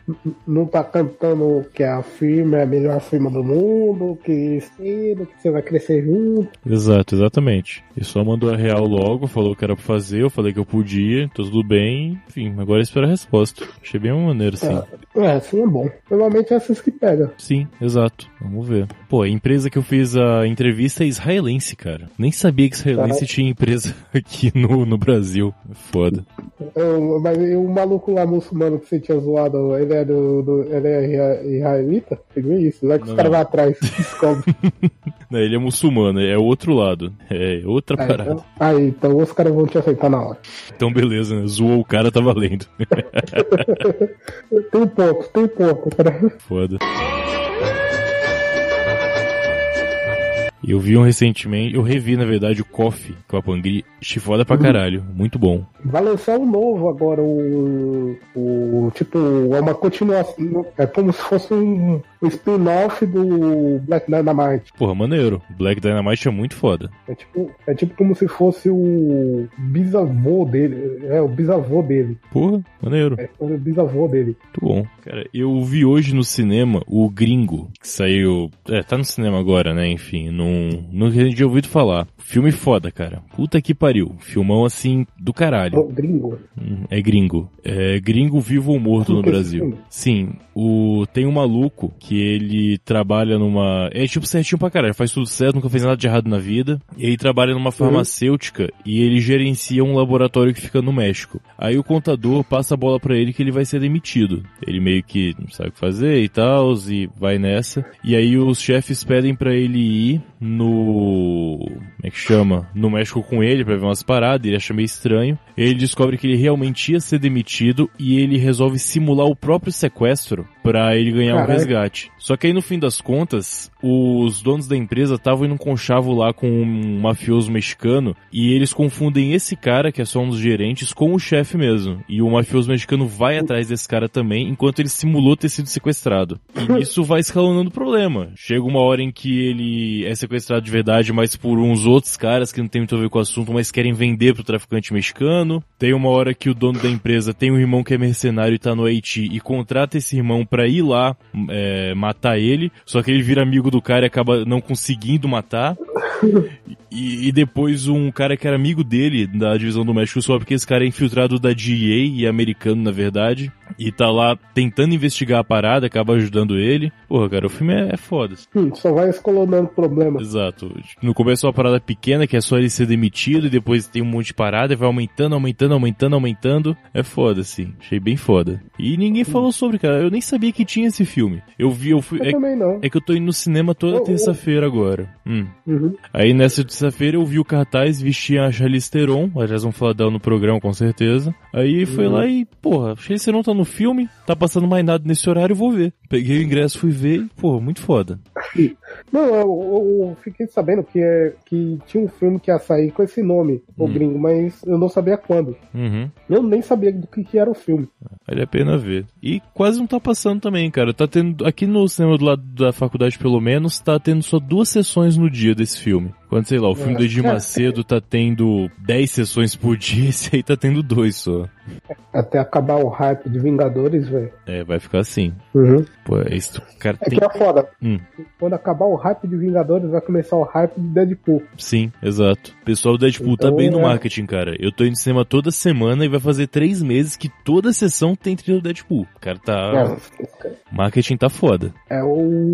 não tá cantando que a firma é a melhor firma do mundo, que cedo, que você vai crescer junto.
Exato, exatamente. Ele só mandou a real logo, falou que era pra fazer, eu falei que eu podia, tô tudo bem, enfim, agora espera a resposta. Achei bem maneiro, sim.
É, assim é bom. Normalmente é essas que pega.
Sim, exato. Vamos ver. Pô, a empresa que eu fiz a entrevista é israelense, cara. Nem sabia que israelense
Caralho.
tinha empresa *laughs* aqui no, no Brasil. É Foda.
Eu- mas e o maluco lá muçulmano que você tinha zoado, ele é do. do- ele é ira- israelita? Pegou isso? Lá que os
Não.
caras vão atrás, descobre.
Não, ele é muçulmano, é outro lado. É outra
Aí,
parada.
então, aí, então os caras vão te aceitar na hora.
Então beleza, né? Zoou o cara, tá valendo.
Tem pouco, tem pouco, cara.
Foda. Eu vi um recentemente, eu revi na verdade o Coffee com a Pangri, foda pra caralho, muito bom.
Vai lançar um novo agora, o. o tipo, é uma continuação. É como se fosse um, um spin-off do Black Dynamite.
Porra, maneiro. Black Dynamite é muito foda.
É tipo, é tipo como se fosse o bisavô dele. É, o bisavô dele.
Porra, maneiro.
É o bisavô dele.
Muito bom. Cara, eu vi hoje no cinema o Gringo, que saiu. É, tá no cinema agora, né? Enfim, não. Não tinha ouvido falar. Filme foda, cara. Puta que pariu. Filmão assim do caralho.
O gringo.
Hum, É gringo. É gringo vivo ou morto no
Como que é
Brasil.
esse filme?
Sim, o tem um maluco que ele trabalha numa. É tipo certinho pra caralho, faz tudo certo, nunca fez nada de errado na vida. E ele trabalha
Uhum.
numa farmacêutica e ele gerencia um laboratório que fica no México. Aí o contador passa a bola pra ele que ele vai ser demitido. Ele meio que não sabe o que fazer e tal, e vai nessa. E aí os chefes pedem pra ele ir no. Como é que chama? No México com ele pra ver umas paradas, ele acha meio estranho. Ele descobre que ele realmente ia ser demitido e ele resolve simular o próprio sequestro pra ele ganhar um
Caralho.
resgate. Só que aí no fim das contas, os donos da empresa estavam em um conchavo lá com um mafioso mexicano e eles confundem esse cara, que é só um dos gerentes, com o chefe mesmo. E o mafioso mexicano vai atrás desse cara também, enquanto ele simulou ter sido sequestrado. E isso vai escalonando o problema. Chega uma hora em que ele é sequestrado de verdade, mas por uns outros caras que não tem muito a ver com o assunto, mas querem vender pro traficante mexicano. Tem uma hora que o dono da empresa tem um irmão que é mercenário e tá no Haiti e contrata esse irmão pra ir lá é, matar ele. Só que ele vira amigo do cara e acaba não conseguindo matar. E, e depois um cara que era amigo dele da divisão do México sobe que esse cara é infiltrado da DEA e é americano, na verdade. e tá lá tentando investigar a parada, acaba ajudando ele. Porra, cara, o filme é, é foda.
Hum, só vai escolonando problemas.
Exato. No começo é uma parada pequena, que é só ele ser demitido, e depois tem um monte de parada, e vai aumentando, aumentando, aumentando, aumentando. É foda, assim. Achei bem foda. E ninguém falou sobre, cara. Eu nem sabia que tinha esse filme. Eu vi, eu fui.
Eu
É,
também não.
é que eu tô indo no cinema toda
Eu- eu-
terça-feira agora. Hum.
Uhum.
Aí nessa terça-feira eu vi o cartaz, vesti a Charlize Theron, aliás vão falar dela no programa com certeza. Aí foi lá e, porra, a Charlize Theron tá no filme, tá passando mais nada nesse horário, eu vou ver. Peguei o ingresso, fui ver e, porra, muito foda.
Não, eu, eu- eu fiquei sabendo que, é, que tinha um filme que ia sair com esse nome, o
Hum.
gringo, mas eu não sabia quando.
Uhum.
Eu nem sabia do que, que era o filme.
Vale a pena ver. E quase não tá passando também, cara. Tá tendo. Aqui no cinema do lado da faculdade, pelo menos, tá tendo só duas sessões no dia desse filme. Quando, sei lá, o filme do Edir Macedo tá tendo 10 sessões por dia, *laughs* esse aí tá tendo dois só.
Até acabar o hype de Vingadores, velho.
É, vai ficar assim. Pô, é isso. Cara,
É
tem.
que é foda.
Hum.
Quando acabar o hype de Vingadores, vai começar o hype de Deadpool.
Sim, exato. O pessoal do Deadpool tá
Então,
bem no
é.
marketing, cara. Eu tô indo no cinema toda semana e vai fazer três meses que toda sessão tem trilha do Deadpool. Cara, tá. Marketing tá foda.
É, é o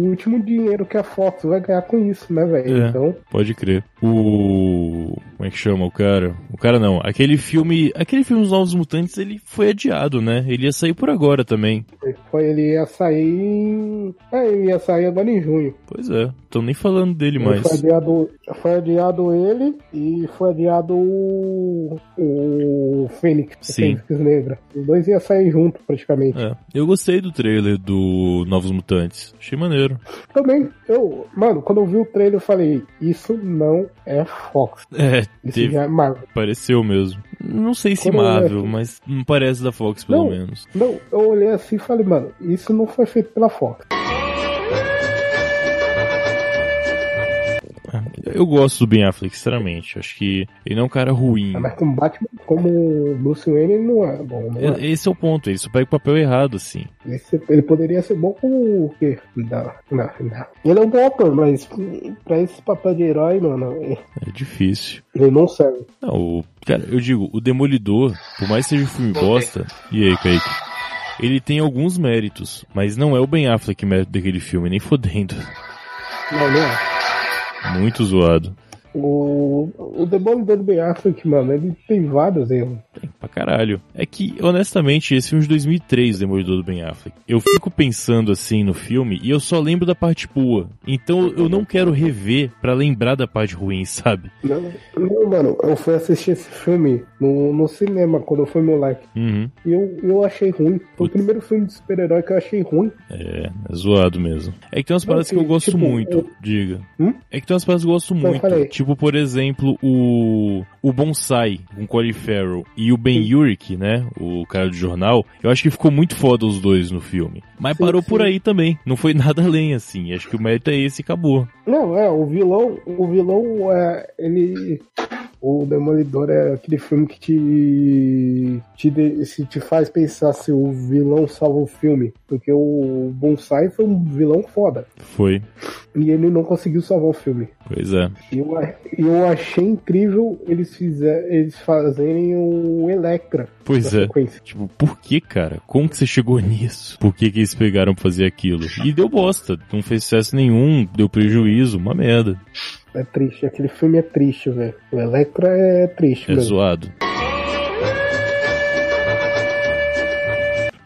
último dinheiro que a Fox vai ganhar com isso, né, velho?
É.
Então,
Pode crer. O. Como é que chama o cara? O cara não. Aquele filme. Aquele filme Os Novos Mutantes, ele foi adiado, né? Ele ia sair por agora também.
foi, ele ia sair. em- É, ele ia sair agora em junho.
Pois é, tô nem falando dele mais.
Foi adiado, foi adiado ele e foi adiado o, o Fênix, o
Sim.
Fênix Negra. Os dois iam sair junto praticamente.
É. Eu gostei do trailer do Novos Mutantes. Achei maneiro.
Também, eu, mano, quando eu vi o trailer eu falei, isso não é Fox.
É,
Isso
teve.
já é Marvel.
Pareceu mesmo. Não sei se
Como
Marvel,
é?
mas não parece da Fox, pelo
Não.
menos.
Não, eu olhei assim e falei, mano, isso não foi feito pela Fox.
Eu gosto do Ben Affleck, sinceramente. Acho que ele não é um cara ruim.
Ah, Mas com Batman, como Bruce Wayne, ele não é bom. Não é.
E- Esse é o ponto, ele só pega o papel errado, assim.
Esse- ele poderia ser bom como o quê? Não, não, não. Ele é um bom ator, mas hum, pra esse papel de herói, mano,
É difícil.
ele não serve.
Não, o, cara, eu digo, o Demolidor, por mais que seja um filme bosta, e aí, Kaique? Ele tem alguns méritos, mas não é o Ben Affleck mérito daquele filme, nem fodendo.
Não, não é.
Muito zoado.
O, o Demolidor do Ben Affleck, mano, ele tem vários erros.
Pra caralho. É que, honestamente, esse filme é de 2003, Demolidor do Ben Affleck, eu fico pensando assim no filme e eu só lembro da parte boa. Então eu não quero rever pra lembrar da parte ruim, *laughs* sabe?
Não, não, mano, eu fui assistir esse filme no, no cinema quando eu fui moleque.
Uhum.
E eu, eu achei ruim. Foi o primeiro filme de super-herói que eu achei ruim.
É, é zoado mesmo. É que tem umas
Não,
paradas que eu
tipo,
gosto muito,
eu-
diga.
Hum?
É que tem umas paradas que eu gosto
Não,
muito.
falei.
Tipo, por exemplo, o o Bonsai com Corey Farrell e o Ben Urich, né, o cara do jornal. Eu acho que ficou muito foda os dois no filme. Mas
Sim,
parou por
sim.
aí também. Não foi *laughs* nada além assim. Acho que o mérito é esse e acabou.
Não, é, o vilão, o vilão é, ele. O Demolidor é aquele filme que te, te, de- se te faz pensar se o vilão salva o filme. Porque o Bonsai foi um vilão foda.
Foi.
E ele não conseguiu salvar o filme.
Pois é.
Eu, a- eu achei incrível eles, fizer, eles fazerem o Electra na
Pois
*laughs*
é.
sequência.
Tipo, por que, cara? Como que você chegou nisso? Por que que eles pegaram pra fazer aquilo? E deu bosta. Não fez sucesso nenhum, deu prejuízo, uma merda.
É triste, aquele filme é triste, velho. O Electra é triste,
É
mesmo.
zoado.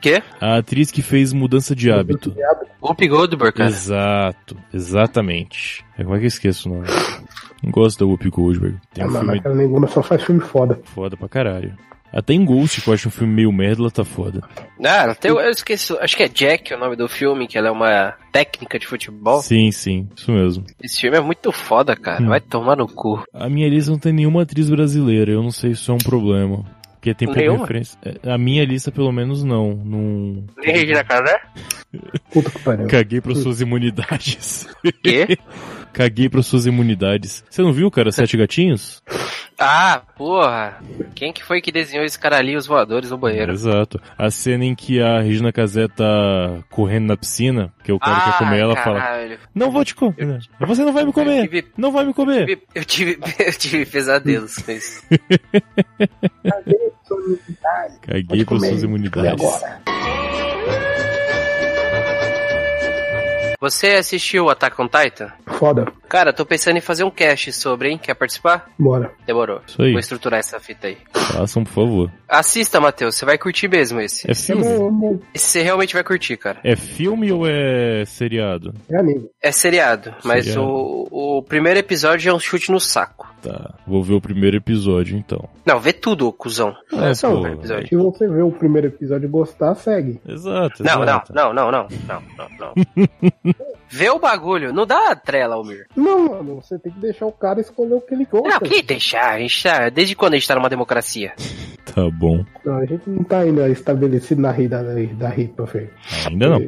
Quê?
A atriz que fez Mudança de Hábito.
*laughs*
é
Whoopi Goldberg, cara.
Exato, exatamente. É, Como é que eu esqueço o nome? Não gosto da Whoopi Goldberg. Tem
Ah,
um
mano,
filme
aquela negona só faz filme foda.
foda pra caralho. Até em Ghost, que eu acho um filme meio merda, ela tá foda.
Ah, tem, eu esqueci. Acho que é Jack o nome do filme, que ela é uma técnica de futebol.
Sim, sim, isso mesmo.
Esse filme é muito foda, cara.
Hum.
Vai tomar no cu.
A minha lista não tem nenhuma atriz brasileira, eu não sei se isso é um problema. Porque tem pouca
Nenhuma?
referência. É, A minha lista, pelo menos, não. Não.
Nem
né,
Regina Carter?
Puta que pariu.
Caguei pras suas imunidades. *laughs*
Quê?
Caguei pras suas imunidades. Você não viu, cara, Sete Gatinhos?
Ah, porra. Quem que foi que desenhou esse cara ali, os voadores no banheiro?
Exato. A cena em que a Regina Casé tá correndo na piscina, que é o cara quer comer ela, fala:
caralho.
Não vou te comer. Você não vai me
Ah, Eu
comer.
tive,
Não vai me comer.
tive- eu, tive, *laughs* eu tive pesadelos com isso.
Caguei pelas suas imunidades.
Você assistiu Attack on Titan?
Foda.
Cara, tô pensando em fazer um cast sobre, hein? Quer participar?
Bora.
Demorou.
Isso aí.
Vou estruturar essa fita aí.
Façam, por favor.
Assista, Matheus. Você vai curtir mesmo esse.
É filme?
Esse você realmente vai curtir, cara.
É filme ou é seriado?
É amigo.
É seriado, mas
Seriado.
O, o primeiro episódio é um chute no saco.
Tá. Vou ver o primeiro episódio então.
Não, vê tudo, ô cuzão. Não
É,
é só
pô,
um episódio.
Se você vê o primeiro episódio e gostar, segue.
Exato.
Não, não,
exato.
não, não, não, não, não,
*laughs*
não. Vê o bagulho, não dá trela, Almir.
Não, mano, você tem que deixar o cara escolher o que ele gosta.
Não, que deixar, a gente tá, desde quando a gente tá numa democracia?
Tá bom.
Não, a gente não tá ainda estabelecido na rei da, da ripa, velho.
Ainda não.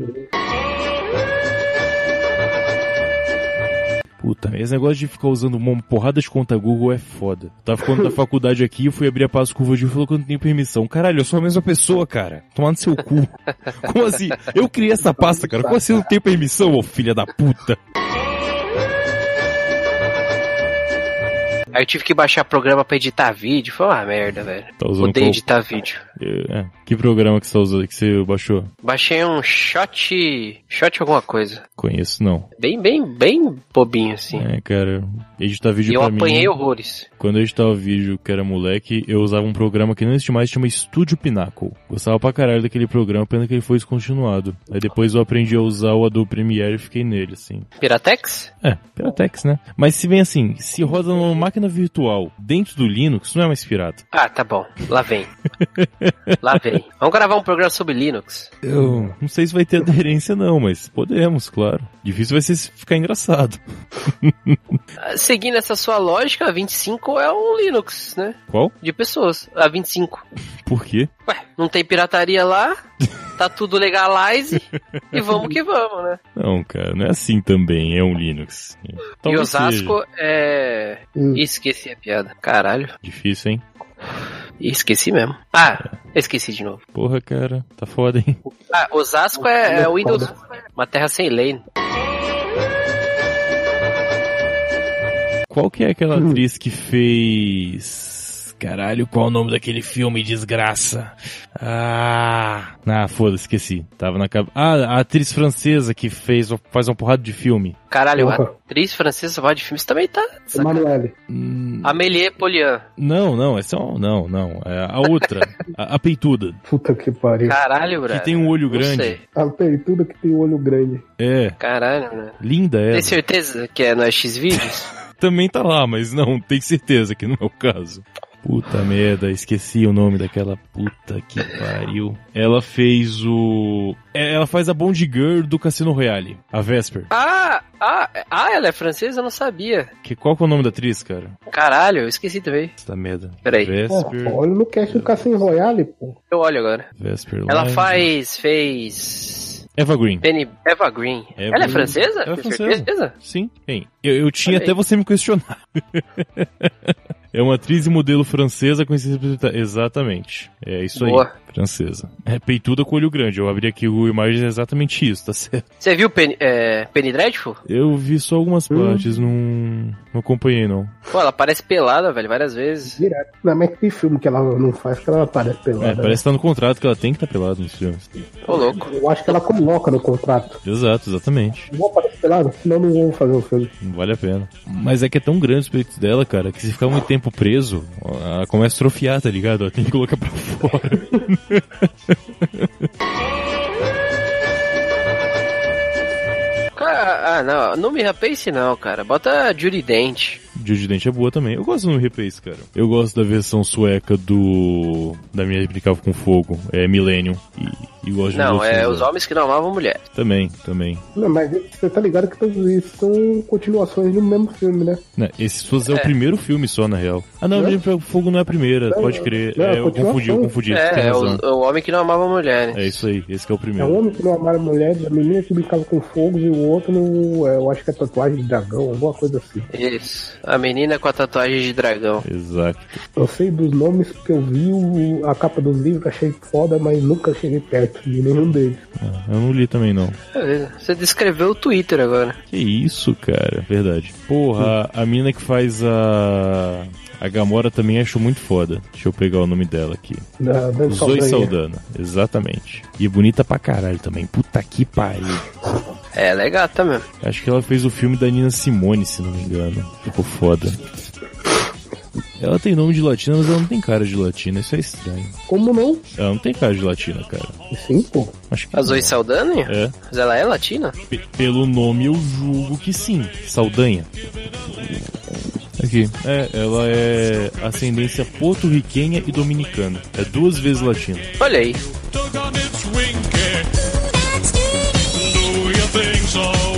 Puta, esse negócio de ficar usando uma porrada de conta Google é foda. Tava ficando na faculdade aqui, eu fui abrir a pasta curva de um e falou que eu não tenho permissão. Caralho, eu sou a mesma pessoa, cara. Tomar no seu
*laughs*
cu. Como assim? Eu criei essa pasta, cara. Como assim eu não tenho permissão, ô filha da puta?
Aí eu tive que baixar programa pra editar vídeo, foi uma merda, velho.
Tá usando
Odeio
qual...
editar vídeo.
É, Que programa que você tá usando que você baixou?
Baixei um shot, shot alguma coisa.
Conheço não.
Bem, bem, bem bobinho, assim.
É, cara, editar vídeo
E eu
pra mim...
apanhei horrores.
Quando eu editava vídeo que era moleque, eu usava um programa que não existe mais, chama Studio Pinnacle. Gostava pra caralho daquele programa, pena que ele foi descontinuado. Aí depois eu aprendi a usar o Adobe Premiere e fiquei nele, assim.
Piratex?
É, Piratex, né? Mas se bem assim, se roda numa máquina virtual dentro do Linux, não é mais pirata.
Ah, tá bom.
*laughs*
Lá vem. Lá vem. Vamos gravar um programa sobre Linux.
Eu não sei se vai ter aderência não, mas podemos, claro. Difícil vai ser se ficar engraçado.
Ah, Seguindo essa sua lógica, a 25 é um Linux, né?
Qual?
De pessoas. A 25.
Por quê?
Ué, não tem pirataria lá,
*laughs*
tá tudo legalize e vamos que vamos, né?
Não, cara, não é assim também, é um Linux.
e
Talvez Então seja.
Osasco é.
Hum.
Ih, Esqueci a piada. Caralho.
Difícil, hein?
Ih, Esqueci mesmo. Ah,
É.
esqueci de novo.
Porra, cara, tá foda, hein?
Ah, Osasco é, é Windows. Uma terra sem lei.
Qual que é aquela atriz que fez. Caralho, qual o nome daquele filme, desgraça? Ah. Ah, foda, esqueci. Tava na cabeça. Ah, a atriz francesa que fez, faz uma porrada de filme.
Caralho,
Opa.
atriz francesa vai de filmes também tá. saca-
Emanuele.
Hum,
Amélie Polian.
não, não, essa é só. Não, não. É a
*laughs*
outra. a, a peituda.
Puta que pariu.
Caralho,
Que
Brad.
tem um olho
Não
grande.
sei.
A peituda que tem o olho grande.
É,
Caralho, né?
linda ela.
Tem certeza que é no X-Videos?
Também tá lá, mas não, tem certeza que não é o caso. Puta merda, esqueci o nome daquela puta que pariu. Ela fez o. é, Ela faz a Bond Girl do Cassino Royale, a Vesper.
ah, ah, ah, ela é francesa? Eu não sabia.
Que, qual que é o nome da atriz, cara?
Caralho, eu esqueci também.
Essa merda.
Peraí.
Pô,
Vesper.
olha no cast do Cassim Royale, pô.
Eu olho agora.
Vesper
Ela
Lange.
faz. fez.
Eva Green.
Penny Eva Green.
Eva
ela é
Green.
francesa?
Ela é
Tem
francesa.
certeza?
Sim, bem. Eu, eu tinha
Olha aí.
até você me questionar. *laughs* é uma atriz e modelo francesa conhecida por. Exatamente. É isso aí.
Boa.
Francesa. É peituda com olho grande. Eu abri aqui o imagem é exatamente isso, tá certo?
Você viu Penny, é, Penny Dreadful?
Eu vi só algumas partes, não, não acompanhei não.
Pô, ela parece pelada, velho, várias vezes.
Direto. Não, mas é que filme que ela não faz que ela aparece pelada. né?
É, parece que tá no contrato que ela tem que estar tá pelada nos filmes.
Ô, louco.
Eu acho que ela coloca no contrato.
Exato, exatamente.
Não vou aparecer pelada, senão não vou fazer o filme.
Não vale a pena. Mas é que é tão grande o peito dela, cara, que se ficar muito tempo preso, ó, ela começa a trofiar, tá ligado? Ela tem que colocar pra *laughs* fora.
Cara, ah, não, não me rapace não, cara. Bota Judy Dent.
Judy Dent é boa também. Eu gosto do Repace, cara. Eu gosto da versão sueca do... Da minha replicava com fogo. É Millennium. E, e gosto de
Não,
outros
é
filmes
os
dela.
homens que não amavam mulher.
Também, também.
Não, mas você tá ligado que todos isso são continuações do mesmo filme, né?
Né, Esse Suas é, o primeiro filme só, na real. Ah, não,
Não?
Menino Pega Fogo não é a primeira, pode crer.
não,
é, eu
continua
confundi, eu
sendo.
confundi. você tem
É, é
razão.
o, o homem que não amava mulher. né?
É isso aí, esse que é o
É
primeiro.
um homem que não amara mulheres, a menina que brincava com fogos e o outro, no, é, eu acho que é tatuagem de dragão, alguma coisa assim.
Isso. A menina com a tatuagem de dragão.
Exato.
Eu sei dos nomes porque eu vi o- a capa dos livros, achei foda, mas nunca cheguei perto de nenhum deles.
Ah, Eu não li também, não.
Beleza. É, Você descreveu o Twitter agora.
Que isso, cara. Verdade. Porra, a, a mina que faz a. A Gamora também acho muito foda. Deixa eu pegar o nome dela aqui.
Da Dan
Zoe
Saldanha.
Saldana, exatamente. E bonita pra caralho também. Puta que pariu.
É, ela é gata mesmo.
Acho que ela fez o filme da Nina Simone, se não me engano. Ficou foda. Ela tem nome de latina, mas ela não tem cara de latina. Isso é estranho.
Como não?
Ela não tem cara de latina, cara.
Sim, pô.
Acho que
A Zoe
não.
Saldana?
É.
Mas ela é latina?
P- pelo nome eu julgo que sim. Saldanha. Aqui. É, ela é ascendência porto-riquenha e dominicana. É duas vezes latina.
Olha aí.
Tug on its wing kick. Do you think so?